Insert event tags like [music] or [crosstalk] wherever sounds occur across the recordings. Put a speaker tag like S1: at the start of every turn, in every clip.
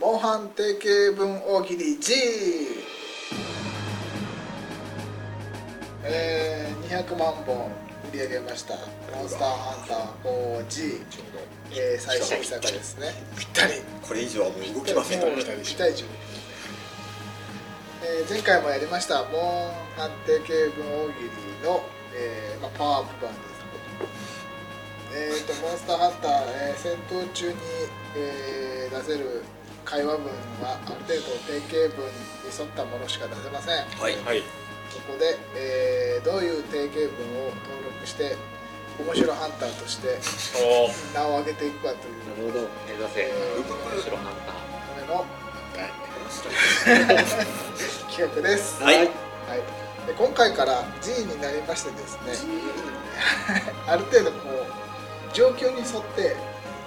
S1: 後半定型文大喜利 G えー、200万本売り上げました「モンスターハンター 4G
S2: ちょう」
S1: えー、最新作ですねぴったり
S2: どこれ以上はもう動きません
S1: もう
S2: ね
S1: ぴったり中えー前回もやりました「モン判定系文大喜利の」えーまあ、パワーアップ版ですえっ、と「モンスターハンター」えー戦闘中に、えー出せる会話文はある程度定型文に沿ったものしか出せません
S2: はい
S3: はい
S1: ここで、えーどういう定型文を登録して面白ハンターとして
S3: お
S1: 名を上げていくかという
S4: なるほど
S3: 目指せ面白ハン
S1: ための企画です
S2: はい
S1: はい、で今回から G になりましてですねある程度こう状況に沿って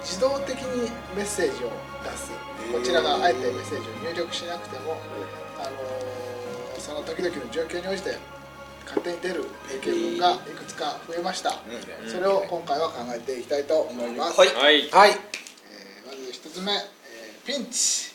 S1: 自動的にメッセージを出すこちらがあえてメッセージを入力しなくても、あのーその時々の状況に応じて勝手に出る定型文がいくつか増えました、
S2: う
S1: それを今回は考えていきたいと思います、
S2: はい
S3: ターはい
S4: はい
S1: えーまず一つ目、えーピンチ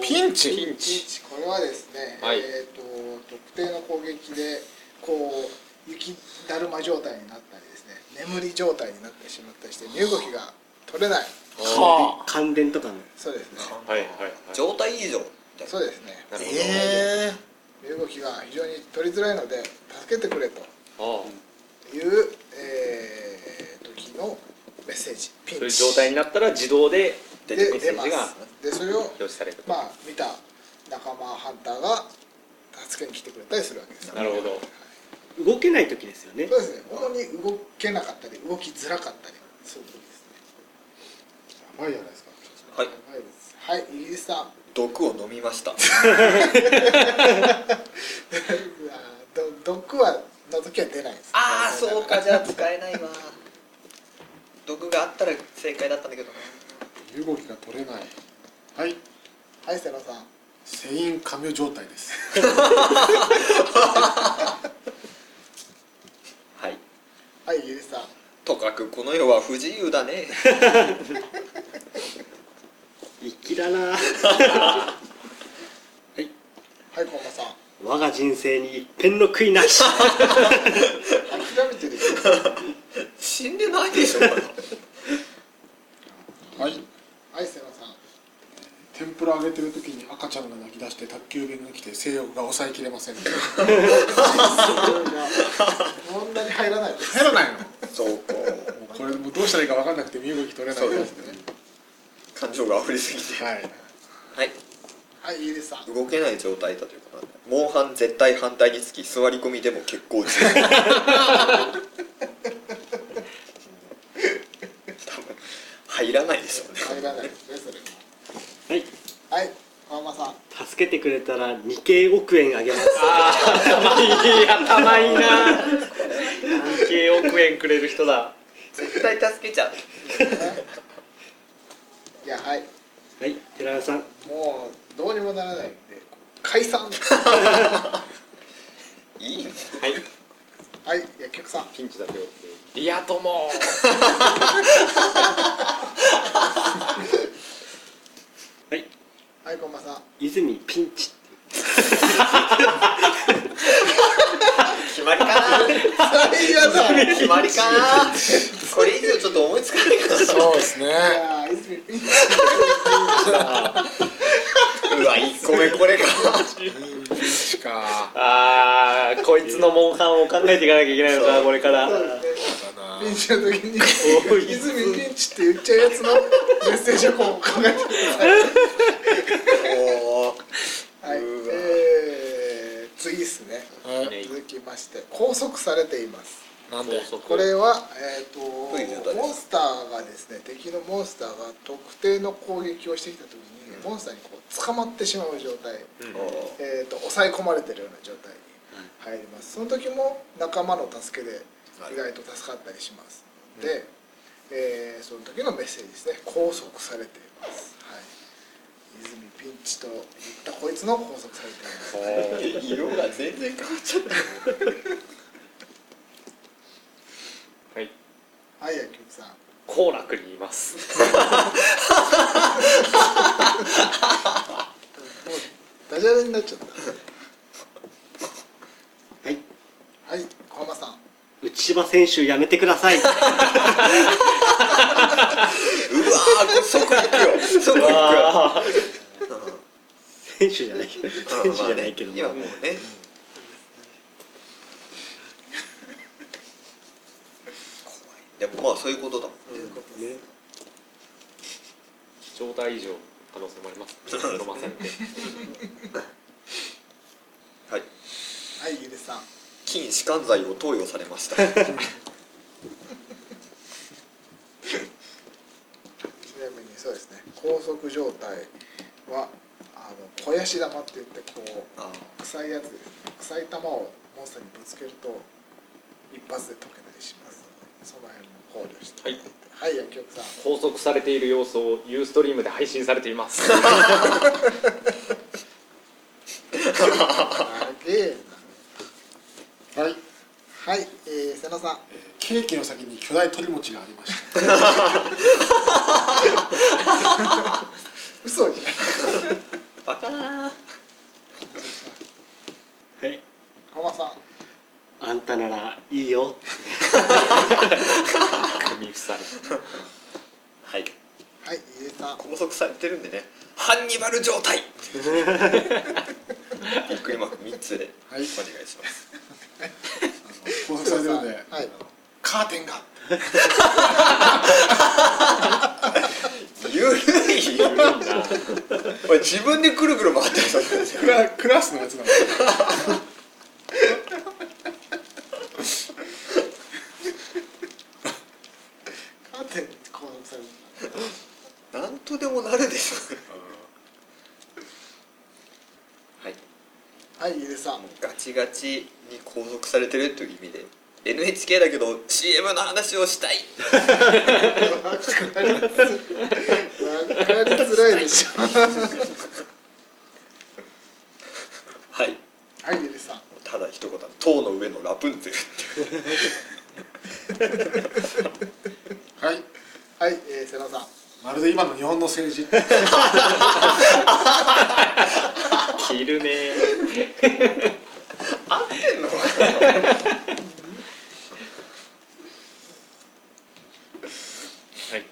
S4: ピンチ
S3: ピン
S1: ピン
S3: チ
S1: チこれはですね、
S3: はい
S1: えー、と特定の攻撃でこう雪だるま状態になったりですね眠り状態になってしまったりして身動きが取れない
S3: は
S4: 関連とかの
S1: そうですね
S3: はいはいはい
S2: 状態以上
S1: そうですね
S3: なるほど
S2: ええ
S1: 身動きが非常に取りづらいので助けてくれと
S3: あ
S1: いう、えー時のメッセージピ
S3: あ
S1: ンチ
S3: そういう状態になったら自動で
S1: で
S3: メッセ
S1: 出
S3: ー
S1: ま
S3: ジ
S1: す
S3: が
S1: でそれを
S3: 表示されると
S1: まあ見た仲間ハンターが助けに来てくれたりするわけですよ
S3: なるほど
S4: 動けない時ですよね
S1: そうですね主に動けなかったり動きづらかったりするんですねやばいじゃないですか
S2: はい
S1: やばいですはいイギリスさんうわ
S2: 毒を飲みました
S1: ーど毒はの時は出ないです
S2: ああそうかじゃあ使えないわ毒があったら正解だったんだけど
S5: 身動きが取れないはい
S1: はい瀬野さん
S5: セインカミュ状態です
S2: はい
S1: はいイギリスさん
S2: とかくこの世は不自由だ [laughs] ね
S4: 粋だなはい
S1: はいコンマさん
S4: 我が人生に一片の悔いな
S1: [laughs]
S4: し
S1: 諦めてるよ
S2: 死んでないでしょうか
S5: はい
S1: はい瀬野さん
S5: 天ぷら揚げてる時に赤ちゃんが泣き出して宅急便が来て性欲が抑えきれません入
S1: 問題に入らないです
S5: らないの
S2: そうか
S5: もうこれもうどうしたらいいか分かんなくて身動き取れない
S2: そう
S5: で
S2: ですす
S5: ね
S2: ね感情が溢れすぎて
S5: はい
S2: はい
S1: はいイギリスさん
S2: 動けない状態だということなんでモンハン絶対反対につき座り込みでも結構中多分入らないでしょうね
S1: 入らないですねそれも
S4: はい
S1: はいコンマさん
S4: 助けてくれたら2系億円あげます頭いい頭いいな2系億円くれる人だ
S2: 絶対助けちゃう
S1: いやはい
S4: はい寺田さん
S1: もうどうにもならないんで解散
S2: いいね
S3: はい
S1: はい薬局さん
S3: ピンチだよリア友
S4: はい
S1: はいコンマさん
S4: 泉ピンチ
S2: 決まりかな
S1: 最悪だ
S2: 決まりかなこれ以上ちょっと思いつかないか
S5: そうですね
S1: いやー泉ピンチ
S2: なうわ1個目これか
S5: しか
S3: ああこいつのモンハンを考えていかなきゃいけないのかこれから
S1: ピンチの時に「泉ピンチ」って言っちゃうやつのメッセージをこう考えてください
S2: おお
S1: はい
S2: ー
S1: えー、次ですね
S5: はい
S1: 続きまして拘束されています
S5: なんで
S1: これは、えー、と
S2: ういう状態です
S1: モンスターがですね敵のモンスターが特定の攻撃をしてきた時に、モンスターにこう捕まってしまう状態、えー、と抑え込まれてるような状態に入りますその時も仲間の助けで意外と助かったりしますので、えーその時のメッセージですね拘束されています、はい、泉ピンチと言ったこいつの拘束されています
S2: 色が全然変わっちゃった
S3: はい
S1: はい野球部さん
S3: 好楽にいます
S1: ジャレになっちゃった
S4: はい
S1: はい小浜さん
S4: 内島選手やめてください
S2: うわーこれ即行くよ即 [laughs] 行くよ
S3: あ
S4: 選手じゃないけど選手じゃないけど
S2: 今もうね怖いでもまあそういうことだもんね、
S3: ー
S4: ね
S3: 状態異常の可能性もあります飲まされて
S1: は
S2: はい
S1: いゆでさん
S2: 筋弛緩剤を投与されました
S1: ち
S4: [laughs]
S1: なみにそうですね拘束状態はあの肥やし玉って言ってこう
S2: あ
S1: 臭いやつですね臭い玉をモンスターにぶつけると一発で溶けたりしますその辺も考慮していただいてはい薬局さん
S3: 拘束されている様子をユーストリームで配信されています
S1: 長え
S5: は
S1: な
S5: い、
S1: はい、えー、瀬野さん
S5: えーケーキの先に巨大鳥餅がありました
S1: 嘘じゃない
S2: バカだな
S4: はい
S1: 浜さん
S4: あんたならいいよ
S3: 組み塞い
S2: はい
S1: はい井出さん
S2: 拘束されてるんでねハンニバル状態びっくりマーク3つでお願いします、
S5: 拘束されてるんで
S1: はい
S5: カーテンが
S2: ゆるい
S3: 緩いな
S2: これ自分でくるくる回ってる人なんですよ
S5: クラクラスのやつなんで
S1: カーテン拘束される
S2: なんとでもなるでしょはい
S1: はい井出さん
S2: ガチガチに拘束されてるという意味で NHK だけど CM の話をしたい
S1: わかりづらいでしょ
S2: はい
S1: はい井出さん
S2: ただ一言「塔の上のラプンツェル」っていう
S5: はい
S1: はい、えー、瀬野さん
S5: まるで今の日本の政治
S3: 着るね
S2: 合って [laughs] んの
S3: はい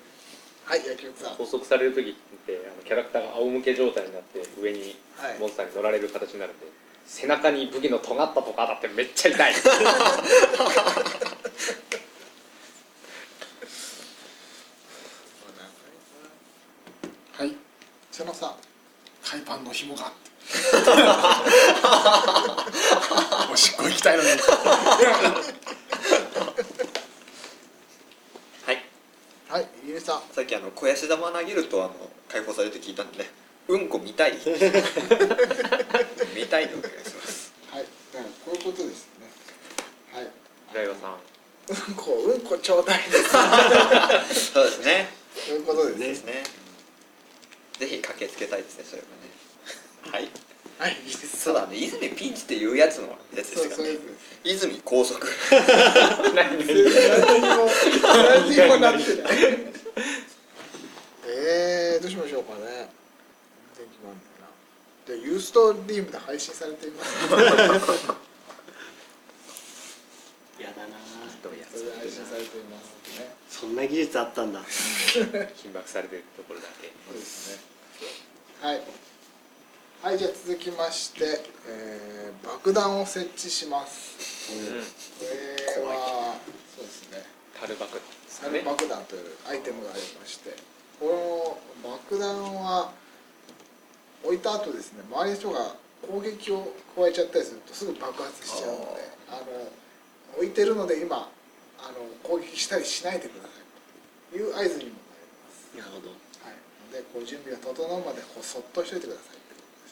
S1: はい薬局さん
S3: 拘束される時ってあのキャラクターが仰向け状態になって上に
S1: はい
S3: モンスターに乗られる形になるんで、背中に武器の尖ったとかだって [laughs] めっちゃ痛い
S5: はい
S1: 瀬野さん
S5: 海パンの紐があって [laughs] おしっこ行きたいのに
S2: はい
S1: はい井出さん
S2: さっきあの肥やし玉投げるとあの解放されるって聞いたんでねうんこ [laughs] 見たい見たいでお願いします
S1: はいだからこういうことですよねはい
S3: 平岩さん
S1: うんこうんこちょうだいです
S2: そうですね
S1: ということですね
S2: ですねぜひ駆けつけたいですねそれはねはい
S1: はい井出さ
S2: そ
S1: ん
S2: うだね泉ピンチっていうやつのやつで
S1: そう
S2: すか
S1: そう
S2: ら
S1: いう
S2: ね
S1: ことです
S2: 泉拘束
S1: 何にも何にもなってないえー、どうしましょうかね全然決まんないなじゃあユーストリームで配信されていますね
S4: やだな
S1: それで配信されていますね
S4: そんな技術あったんだ
S3: 緊迫されてるところだけ
S1: そうですねはいはいじゃあ続きまして、えー、爆弾を設置しますこれはそうですね
S3: 樽爆弾です
S1: サ
S3: か
S1: ル
S3: ね
S1: 爆弾というアイテムがありましてこの爆弾は置いた後ですね周りの人が攻撃を加えちゃったりするとすぐ爆発しちゃうのであの置いてるので今あの攻撃したりしないでくださいという合図にもなります、
S4: なるほど、
S1: はい、のでこう準備が整うまでこうそっとしておいてください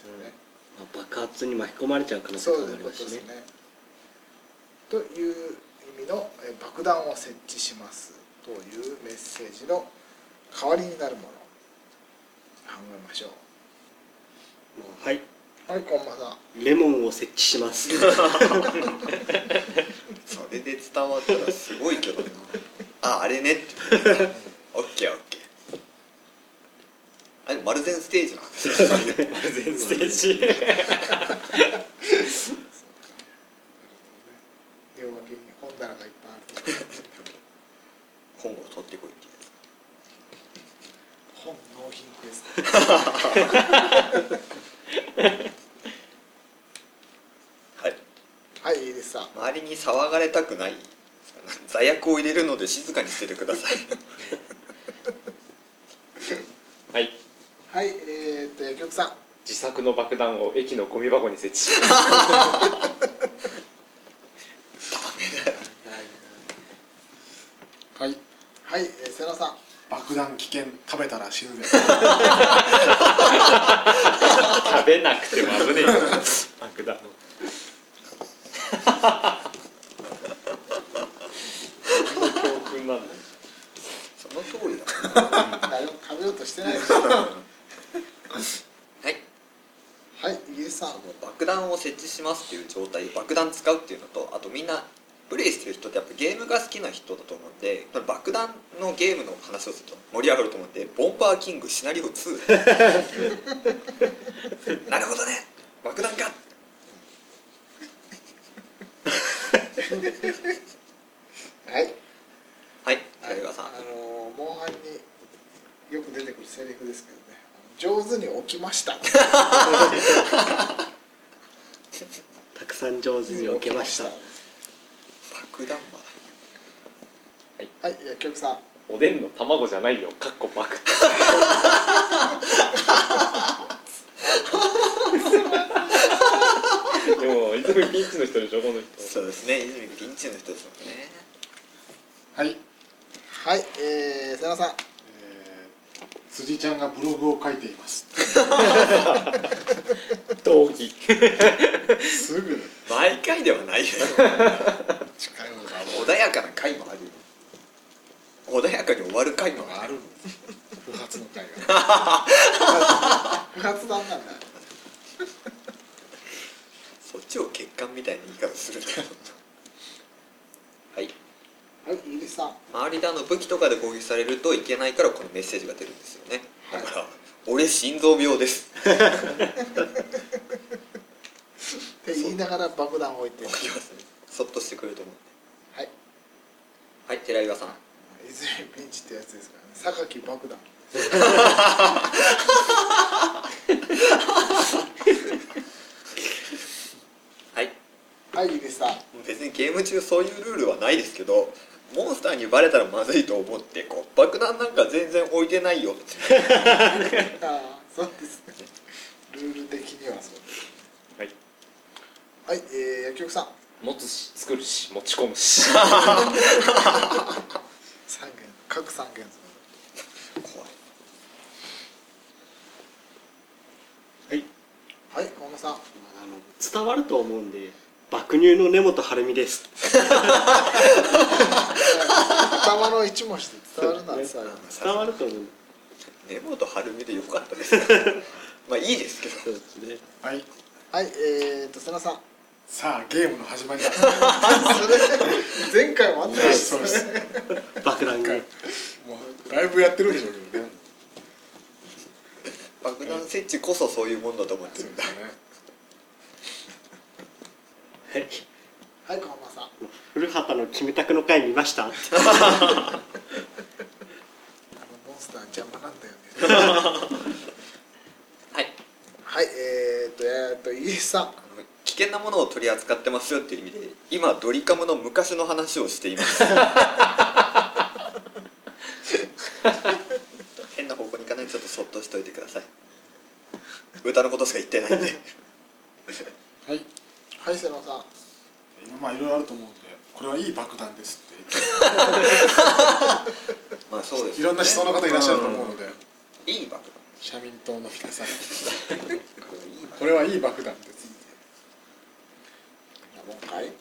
S1: ということですよね、
S4: まあ、爆発に巻き込まれちゃう可能性
S1: そう
S4: も
S1: い
S4: あ
S1: う
S4: り
S1: こ
S4: ま
S1: と
S4: す
S1: で
S4: し
S1: す
S4: ね
S1: ね。という意味のえー爆弾を設置しますというメッセージの代わりになるもの考えましょ
S4: はい、
S1: うはいこんばんは
S4: レモンを設置
S1: [laughs]
S4: します。
S2: それで伝わったらすごいけどなああれねってオッケーオッケーあでも丸善ステージなんですよ
S4: 全ステージ
S1: 両脇に本棚がいっぱいある
S2: 本を取ってこいっていうやつ
S1: 本納品です
S2: はい
S1: はいいいですさ
S2: 周りに騒がれたくない罪悪を入れるので静かにしててください
S3: はい
S1: はいえー、っと薬局さん
S3: 自作の爆弾を駅のゴミ箱に設置し
S5: はい
S1: はい、えー、瀬野さん
S5: 爆弾危険食べたら死ぬで
S4: 食べなくても危ねえ
S1: [laughs]
S4: よ
S3: [laughs]
S4: 爆弾教訓なんだ
S2: その通りだ [laughs]
S1: 誰も食べようとして [laughs] ないですは
S2: はい
S1: いイギリスさん
S2: あの爆弾を設置しますっていう状態で爆弾使うっていうのとあとみんなプレイしてる人ってやっぱゲームが好きな人だと思うんで爆弾のゲームの話をすると盛り上がると思うんで「ボンバーキングシナリオ2」なるほどね爆弾か
S1: はい
S2: はい平川さん、
S1: あのー、モンハンによく出てくるセリフですけどね上手に置きました
S4: たくさん上手に置けました
S2: 爆弾魔
S1: はい薬局さん
S3: おでんの卵じゃないよかっこ爆弾でもいつもピンチの人でしょこの人
S2: そうですね泉君ピンチの人ですもんね
S5: はい、
S1: はいえー、瀬野さん
S5: えー、辻ちゃんがブログを書いています
S3: 同期
S5: すぐ
S2: 毎回では [laughs] ないよ
S1: 近いの
S2: 穏やかな回もあるよ穏やかに終わる回もある
S1: 不発の回が [laughs] 不発弾なんだ
S2: そっちを欠陥みたいな言い方するんだよはい
S1: はいイギリスさん
S2: 周りであの武器とかで攻撃されるといけないからこのメッセージが出るんですよねだから、俺心臓病です
S1: って言いながら爆弾を置いてる
S2: 思いますねそっとしてくれると思
S1: はい
S2: うんではい寺岩さん
S1: いずれピンチってやつですからね榊爆弾
S2: はい
S1: はいイギリスさん
S2: 別にゲーム中そういうルールはないですけどモンスターにバレたらまずいと思ってこう爆弾なんか全然置いてないよ
S1: ああそうですねルール的にはそうです
S3: はい
S1: はい、えー、薬局さん
S3: 持つし作るし持ち込むし
S1: 三元各三元素
S2: 怖い
S4: はい
S1: はい小野さん
S4: あの伝わると思うんで爆乳の根本晴美です
S1: 頭の一文字で伝わるのは伝わるんです
S4: 伝わると思うんで
S2: 根本晴美でよかったです [laughs] まあいいですけど
S4: そうですね
S5: はい
S1: はいえーと瀬名さん
S5: さあゲームの始 [laughs] まりだ
S1: それ前回もあった
S5: は
S1: で
S5: い
S1: す
S5: そうです
S4: 爆弾が
S5: もうだいぶやってるんでしょうけどね
S2: 爆弾設置こそそういうもんだと思ってるんだ
S4: はい
S1: はい小浜さん
S4: 古畑のキムタクの回見まし
S1: あ
S4: た
S1: のモンスター邪魔なんだよね
S2: はい
S1: はいえーとえーとイギリスさん
S2: あの危険なものを取り扱ってますよっていう意味で今ドリカムの昔の話をしています変な方向に行かないでちょっとそっとしといてください歌のことしか言ってないんで
S5: はい
S1: はい瀬野さん
S5: 今まあいろいろあると思うんでこれはいい爆弾ですっ
S2: まあそうです
S5: ていろんな思想の方いらっしゃると思うので
S2: いい爆弾
S5: 社民党の皆さん [laughs]
S2: これいい爆
S5: これはいい爆弾です
S1: こんなもんかい
S2: 弾で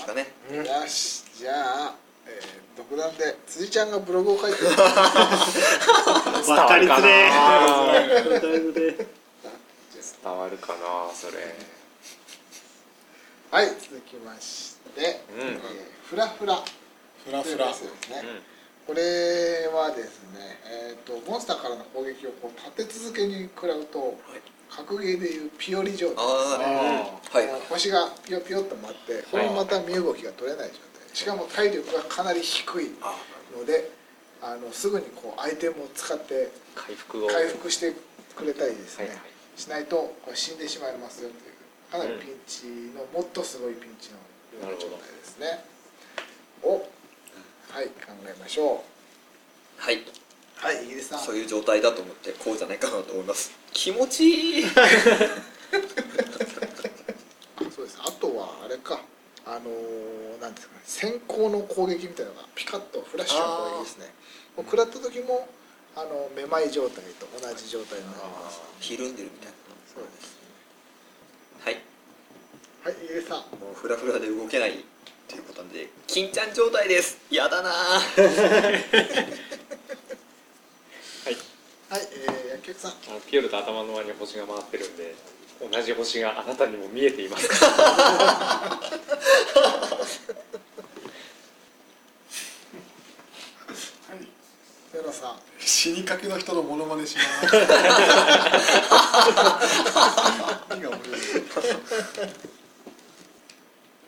S2: すかね
S1: よしじゃあ、えー、独断で辻ちゃんがブログを書いてる
S4: 分かりづれ
S3: 伝
S4: え分かりづれえ
S3: 伝わるかなそれ
S1: はい続きまして、
S3: うん
S1: えー、フラフラ
S5: フラ
S1: とい
S5: フラ
S1: うやつですね、これはですね、えー、とモンスターからの攻撃をこう立て続けに食らうと格ゲーでいうピオリ状態
S2: あーはい
S1: こう星がピヨピヨっと舞ってこれもまた身動きが取れない状態しかも体力がかなり低い
S2: あ
S1: のであのすぐにこうアイテムを使って
S3: 回復を
S1: 回復してくれたりです
S3: は
S1: ね、
S3: いはい
S1: しないとこれ死んでしまいますよというかなりピンチの、もっとすごいピンチのような状態ですねをはい考えましょ
S2: はい、
S1: うはいイギリスさん
S2: そういう状態だと思ってこうじゃないかなと思います
S3: 気持ちいい
S1: そうですあとはあれかあのーなんですかね先行の攻撃みたいなのがピカッとフラッシュの攻撃ですねもう食らった時もあのめまい状態と同じ状態になります
S2: ひるんでるみたいな
S1: そうです
S2: はい
S1: はいイギリスさん
S2: もうフラフラで動けないということなんで金ちゃん状態ですやだなー
S1: はい、えー、薬局さん
S3: あのピオルと頭の輪に星が回ってるんで同じ星があなたにも見えています [laughs]
S1: ゼロさん
S5: 死にかけの人のモノマネします [laughs] 何が面白い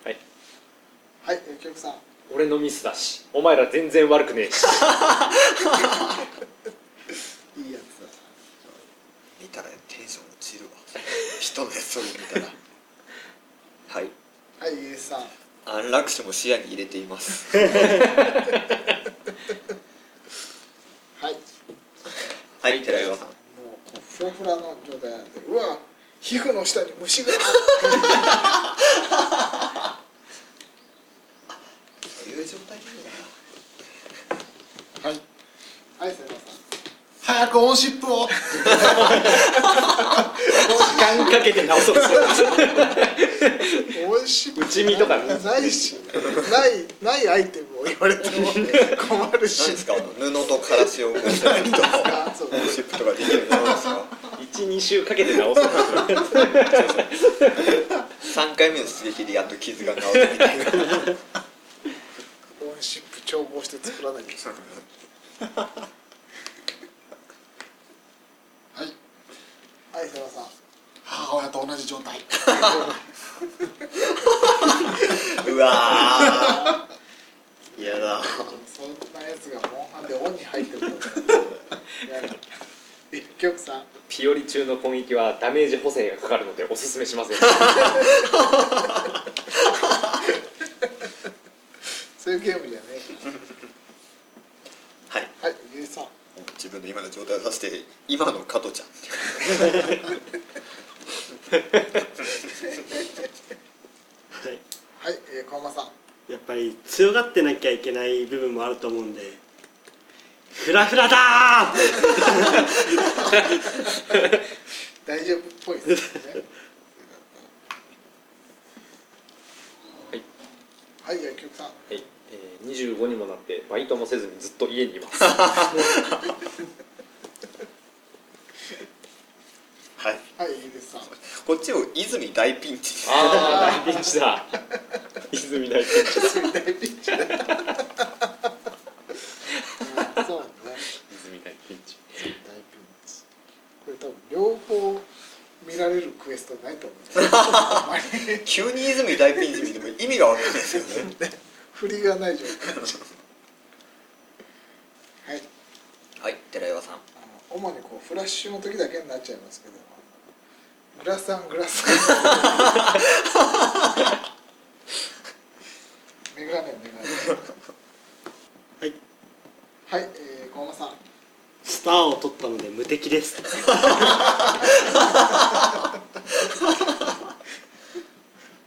S3: はい
S1: はい薬局さん
S3: 俺のミスだしお前ら全然悪くねえ
S1: い
S3: し
S1: いやつだ
S2: 見たらテンション落ちるわ人のやつを見たらはい
S1: はい、イギリスさん。
S2: 安楽死も視野に入れてい [laughs] ます
S1: はい。
S2: はい寺岩さん
S1: もう、こうふらふらの状態なんで、うわ、皮膚の下に虫が。
S2: そういう状態なんだ
S5: はい
S1: はい、すみま
S5: 早くオンシップを
S3: 時間かけて直そうとする
S1: せん。美味しい。
S3: 内身とかね
S1: ないし。ない、ないアイテムを言われても、困る
S2: 何
S1: し
S2: で。すかあの布とからしを動かしたりと
S1: あそう
S2: ゴ [laughs] シップとかできるものですか
S3: 12週かけて直そうとする
S2: 3回目の刺激でやっと傷が治るみたいな
S1: オンシップ調合して作らなきゃいけない。
S5: はい
S1: はい、すみません。
S5: 母親と同じ状態
S2: うわー嫌だ
S1: そんなやつがモンハンでオンに入ってると思う。やだ薬局さん。
S3: ピオリ中の攻撃はダメージ補正がかかるのでおすすめしま [laughs] せん
S1: そういうゲームじゃね
S2: はい
S1: え。はい、イギリスさん。
S2: 自分の今の状態を指して今の加トちゃん
S4: はい
S1: はい、えー、小浜さん。
S4: やっぱり強がってなきゃいけない部分もあると思うんでフラフラだー
S1: 大丈夫っぽいですね。
S3: はい
S1: はい、薬局さん。
S3: はい、えー、25にもなってバイトもせずにずっと家にいます
S2: はい
S1: はい、イギリスさん。
S2: こっちを泉大ピンチです
S3: ああ大ピンチだ泉大ピンチ
S1: 大ピンチだ。うんそうね。
S3: 泉大ピンチ
S1: 大ピンチ。これ多分両方見られるクエストないと思う。あんまり
S2: 急に泉大ピンチ見ても意味がわかんないですよね
S1: 振りがない状態。はい。
S2: はい寺岩さん
S1: あの主にこうフラッシュの時だけになっちゃいますけどグラサングラサンメガネメ
S4: は
S1: ガ
S4: い
S1: ネはい、えー、小浜さん
S4: スターを取ったので無敵です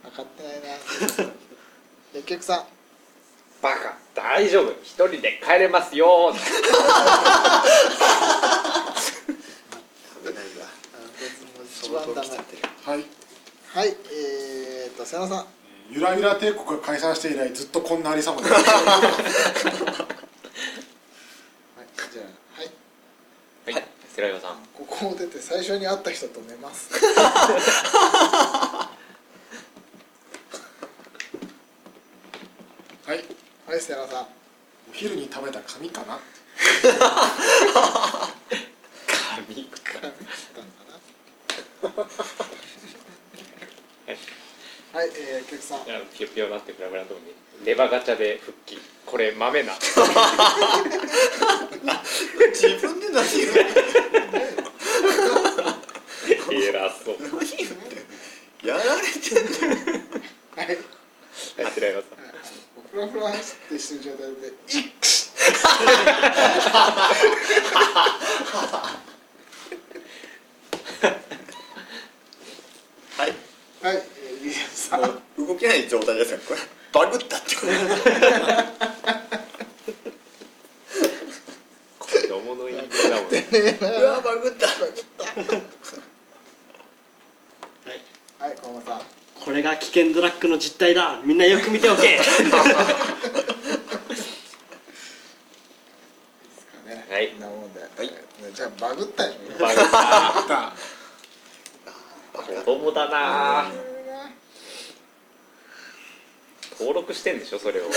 S1: 分かってないな薬局さん
S3: バカ大丈夫一人で帰れますよ
S2: 危ないわ
S1: 一番だな
S5: はい
S1: はいえー、っと瀬野さん
S5: ゆらゆら帝国が解散して以来ずっとこんなありさま [laughs] です
S1: はいじゃあはい
S3: はい寺岩さん
S1: ここを出て最初に会った人と寝ます
S5: はい
S1: はい瀬野さん
S5: お昼に食べた紙かな
S3: 紙か
S1: ったんだなはい、えー、お客さん
S3: いやピヨピヨになってブラブラのとこにレバガチャで復帰これ豆 [laughs] な
S2: 自分で何言う
S3: 偉そう
S2: 何言ってやられてんの
S1: はい
S3: あちら山さん
S1: フラフラってしてる状態で「いっ!」
S2: はい
S1: はい、えー、リリアさん
S2: もう動けない状態ですよこれバグったってこと
S3: これどものいい子だもんね
S2: うわバグった
S1: はい、小浜さん
S4: これが危険ドラッグの実態だみんなよく見ておけ
S1: ですかね
S3: はい
S1: こんなもんで、はい、じゃあバグったよ
S3: [laughs]
S1: ね
S3: バグだ
S5: だ
S3: 子供だなあ登録してんでしょそれを
S4: う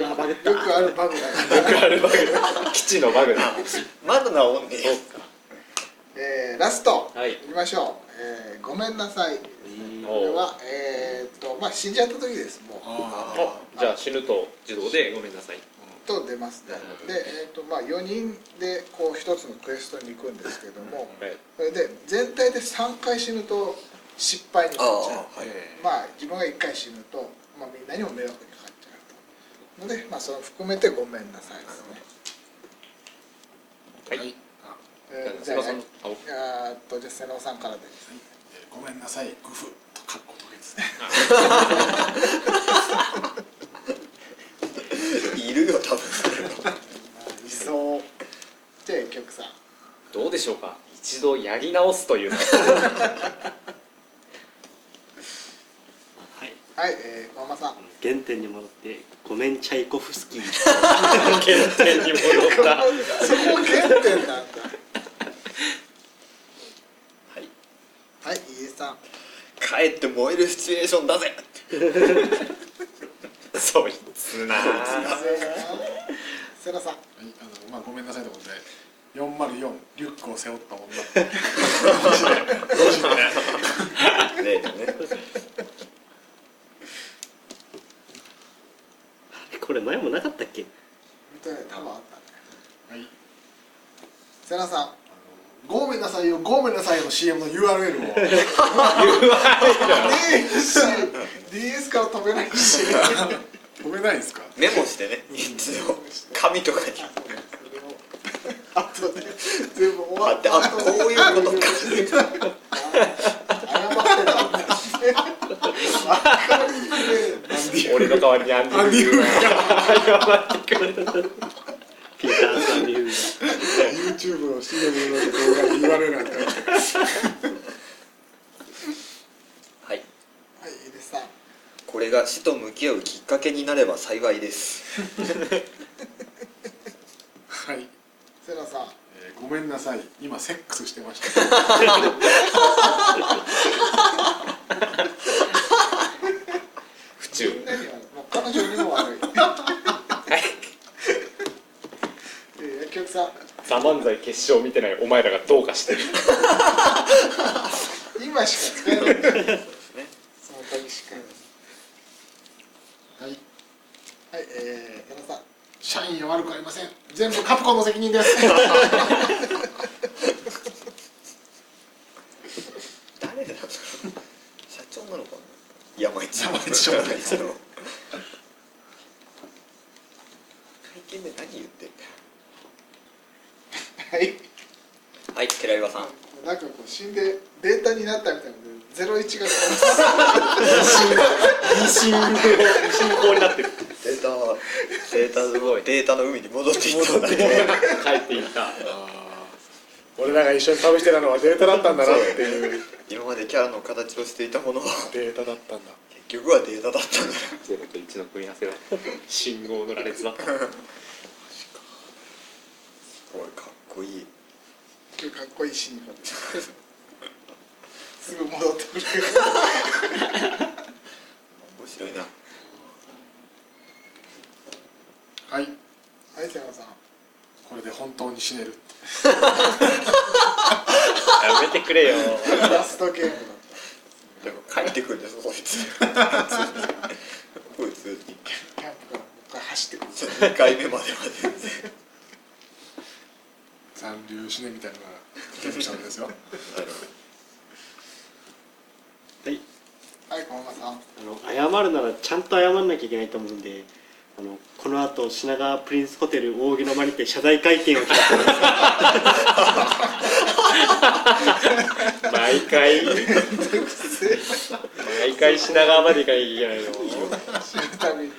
S4: わバグった
S1: よくあるバグだ
S3: [laughs]
S1: から
S3: あるバグ基地のバグだ
S2: まだ治んね
S3: そ
S2: え
S3: うっすか
S1: えー、ラスト、
S3: はい
S1: きましょう、えー、ごめんなさいこれはえー、っとまあ死んじゃった時ですもう
S5: あー
S3: あじゃあ死ぬと自動でごめんなさい
S1: と出ますねでえー、っとまあ4人でこう一つのクエストに行くんですけども
S3: はい
S1: それで全体で3回死ぬと失敗になっちゃう
S2: ああはい
S1: まあ自分が1回死ぬと、まあ、みんなにも迷惑にかかっちゃうとので、まあ、それを含めてごめんなさいですね、
S3: はい
S5: はいあ
S1: えー、
S3: じ
S1: じゃ
S3: ゃ
S1: あ
S3: あ瀬
S1: え
S3: 野さんあ
S1: ーっとじゃあ瀬野さんからです
S5: はいえーごめんなさいグフとかっこトゲですね
S2: いるよ多分
S1: 理想じゃあ一曲さん
S3: どうでしょうか一度やり直すと [laughs] いうのは
S4: はい
S1: はい、えー、ママさん
S4: 原点に戻ってごめんチャイコフスキー
S3: 原点に戻った
S1: そこ原点なんだ
S2: はい
S1: はい飯さん
S2: 帰って燃えるシチュエーションだぜ
S3: そいつなあ
S1: 瀬野さん
S5: はいあのまあごめんなさいってことで404リュックを背負った女
S2: ねえね
S4: これ前もなかったっけ
S1: みたいな多分あったね
S5: はい
S1: 瀬野さん
S5: ごめんなさいよごめんなさいよの CM の URL を
S1: ねえし DS から飛べないし
S5: 止めないんですか
S2: メモしてね一応紙とかに
S1: あとで全部終わ
S2: あ
S1: っ
S2: って
S1: た
S2: あこういう [laughs] ことか
S1: 謝ってたんだ
S3: 俺の代わりにアンディー言うな
S4: ピーター・サンビフー
S5: YouTube の CM の動画に URL なんて
S2: はい
S1: はいいいですさん
S2: これが死と向き合うきっかけになれば幸いです
S5: はい、
S1: セラさん
S5: えーごめんなさい今セックスしてました
S3: 府中
S1: 何がもう彼女にも悪い
S3: はい
S1: えー薬局さん
S3: 「ザ漫才決勝」見てないお前らがどうかしてる
S1: 今しか使えないその時しか
S5: はい
S1: はいえー、セラさん
S5: 社員は悪くありません全部カプコンの責任です
S2: 誰なの社長なのかな山一
S5: 山一
S2: 山一の会見で何言ってんだよ
S1: はい
S2: はい寺岩さん
S1: なんかこう死んでデータになったみたいなのでゼロ一がこ
S4: 疑心暗
S3: こうになってる
S2: データはデータすごいデータの海に戻っていったんだね
S3: 帰っていった [laughs]
S5: 俺らが一緒に試してたのはデータだったんだなっていう
S2: 今までキャラの形をしていたものは
S5: データだったんだ
S2: 結局はデータだったんだ
S3: 0と1の組み合わせだ信号の羅列だった
S2: すごいかっこいい
S1: う今日かっこいいシーンがすぐ戻ってくる
S2: 面白いな
S5: は
S1: は
S5: い
S1: い瀬山さん
S5: これで本当に死ねる
S4: やめてくれよ
S1: ラストゲームだっ
S2: でも帰ってくるんですよこいつ [laughs] こいつ
S1: たキャンプがもう一回走ってくる
S2: 2回目までまで
S5: 残留死ねみたいなのが出てきたんですよ
S4: はい
S1: はい駒場さん
S4: あの謝るならちゃんと謝んなきゃいけないと思うんであのこの後品川プリンスホテル扇の間にて謝罪会見を開く
S3: 毎回毎回品川まで行かなきゃいけないの
S1: 死ぬたび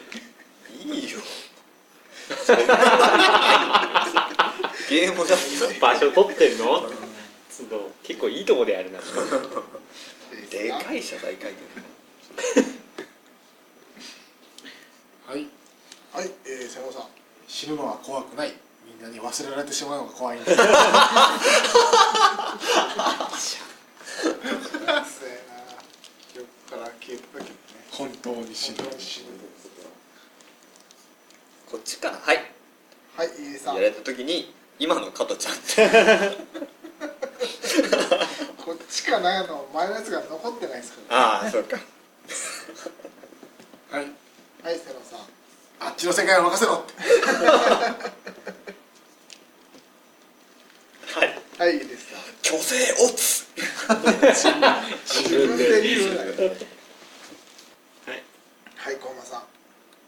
S1: に
S2: いいよゲームだって
S3: 場所取ってんのつうの結構いいとこでやるな
S2: でかい謝罪会見
S5: はい
S1: はいえー瀬 [laughs] 山さん
S5: 死ぬのは怖くないみんなに忘れられてしまうのが怖いん [laughs] だ
S1: そうやな記憶から消えた時にね
S5: 本当に死
S1: 死
S5: ぬ
S1: ぬ死ぬ
S2: こっちかなはい
S1: はい飯井さん
S2: やられた時に今の加トちゃんって
S1: こっちかなの前のやつが残ってないですから
S2: ああそうか
S5: はい
S1: はい瀬山さん
S5: あっちの世界を任せろって
S2: はい
S1: はいいいですか
S2: 虚勢オツ
S1: 自分で言うなよ
S4: はい
S1: はい駒場さん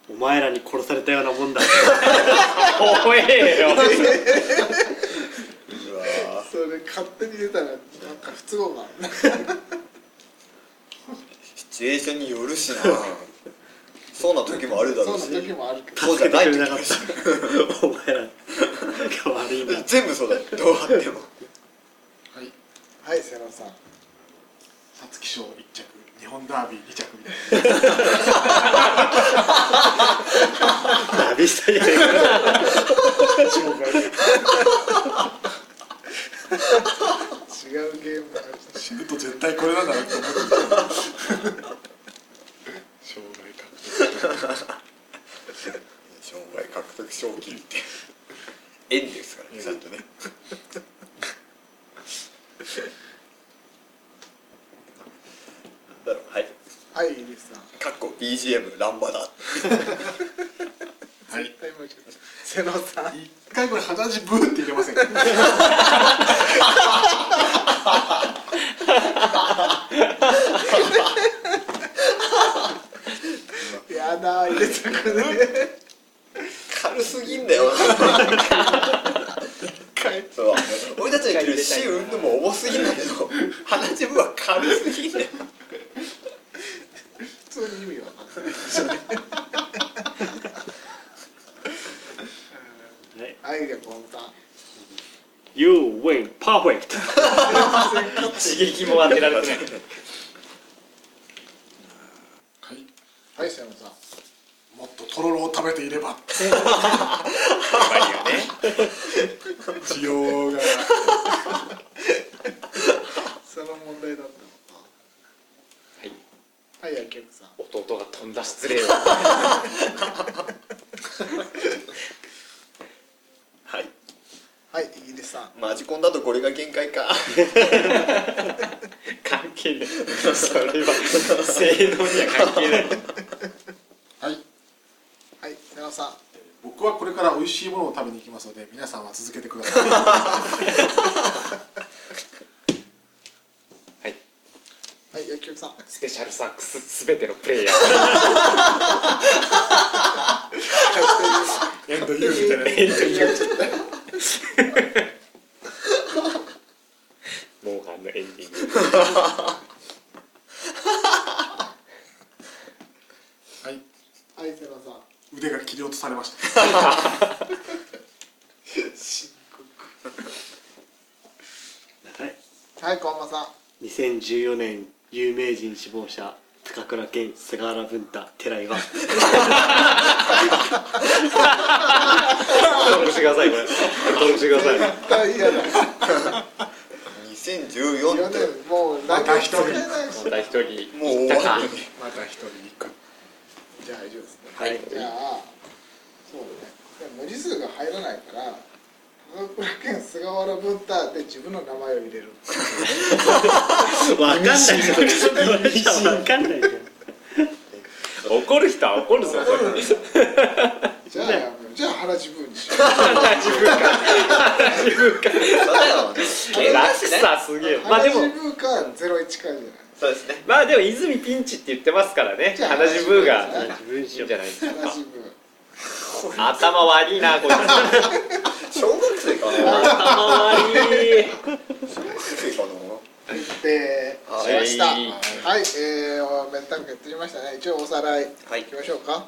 S4: お前らに殺されたようなもんだ
S3: 怖えよ
S2: うわ
S1: それ勝手に出たらなんか不都合があ [laughs] る
S2: シチュエーションによるしなそうな時もあるだ
S1: そう
S2: ろ
S1: う
S2: し
S1: な時もあるけど
S2: そうじゃない時もあるし
S4: お前らが悪いんだ
S2: 全部そうだよどうあっても
S5: はい
S1: はい瀬山さん
S5: 皐月賞1着日本ダービー2着みたい
S4: ダビスタじゃねえか
S5: な勝負がある
S1: 違うゲームがあるし
S5: 死ぬと絶対これなんだなって思ってた障害確定
S2: 障害獲得賞金って縁ですからねちゃんとねだろうはい
S1: はいいいですか
S2: かっこ BGM ランバダ
S5: はい
S1: はいもう一回瀬野さん
S5: 一回これ鼻血ブーって入れませんか
S1: やだ入れたくね [laughs] え
S2: 軽すぎんだよ
S1: 回
S2: そう [laughs] 俺たちが着る C 運動も重すぎんだけど鼻自分は軽すぎんだよ
S1: 普通に意味わかんない
S4: は
S1: は
S4: い
S1: いじゃあ駒場さん
S4: You win perfect
S3: 刺激も当てられてない
S5: はい
S1: はい瀬野さん
S5: もっととろろを食べていれば需要が
S1: その問題だったのか
S3: はい
S1: はい野球部さん
S3: 弟が飛んだ失礼を
S2: はい
S1: はいイギリスさん
S2: マジコンだとこれが限界か
S3: 関係ないそれは性能には関係ない
S5: はい
S1: はい瀬野さん
S5: 僕はこれから美味しいものを食べに行きますので皆さんは続けてくださいは
S3: はい
S1: はい野球部さんは
S3: スペシャルサックスすべてのプレイヤー
S5: [laughs] いエンドユーみたいな
S3: エンドユーモーハンのエンディング
S5: はい
S1: い瀬野さん
S5: 腕が切り落とされました
S4: はい
S1: はい駒場さん
S4: 2014年有名人死亡者高倉健菅原文太寺 [laughs] 井は
S3: 登録してくださいこれ登録してください
S1: 絶対嫌だ
S2: 2014
S1: 4
S2: って
S1: 年もう何も作れないし
S3: また一人
S2: もう終わる
S5: また一人行く
S1: じゃあ以上ですね
S4: はい
S1: じゃあそうね文字数が入らないから高倉健菅原文太で自分の名前を入れる
S4: わかんないじゃんわかんないじゃん
S3: 怒る人は怒るぞそれ
S1: じゃあじゃあ原自分にしよ
S2: [laughs] そうだよね
S3: え
S2: ゲームだ
S3: 楽
S2: しね
S3: さすげえ
S1: う
S3: まあ
S1: 原
S3: で
S1: 自
S3: も
S1: 分か01かじゃない
S2: そうですね
S3: まあでも泉ピンチって言ってますからね
S1: じゃあ
S3: 鼻血ブーが
S1: 鼻
S4: 血ブーに
S3: い
S4: し
S3: い
S4: よ
S3: ん
S4: う
S3: じゃないですか
S1: 原自分
S3: 頭悪いなこいつ
S2: 小学生かな
S3: 頭悪い
S1: で
S2: はい
S1: しました
S3: は
S1: はいい、えー、メンタルやってみましたね一応おさらいい
S2: はい
S1: きましょうか、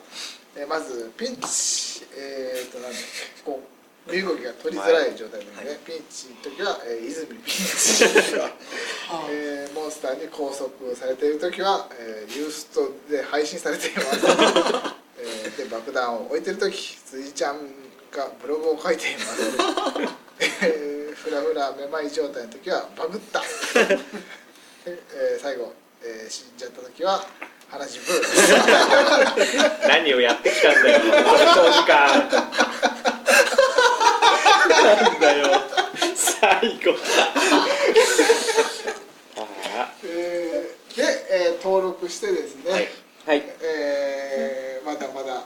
S1: えーまずピンチえー、となんだっけこう身動きが取りづらい状態なので、
S2: はい
S1: ピンチの時は、えー、泉ピンチ、えーモンスターに拘束されている時は、えーユーストで配信されています、えーで爆弾を置いてる時辻ちゃんがブログを書いていますえーふらふらめまい状態の時はバグった、えー最後、えー死んじゃった時は原自分
S3: 何をやってきたんだよこの長時間なんだよ最後あ
S1: えーで、えー登録してですね、
S3: あはい
S1: えーまだまだ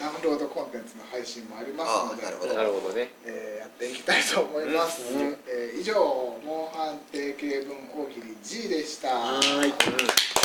S1: ダウンロードコンテンツの配信もありますので
S2: あーなるほど
S3: なるほどね
S1: えーやっていきたいと思います、えー以上「モンハン定型文大喜利 G」でした
S4: はーい
S3: うん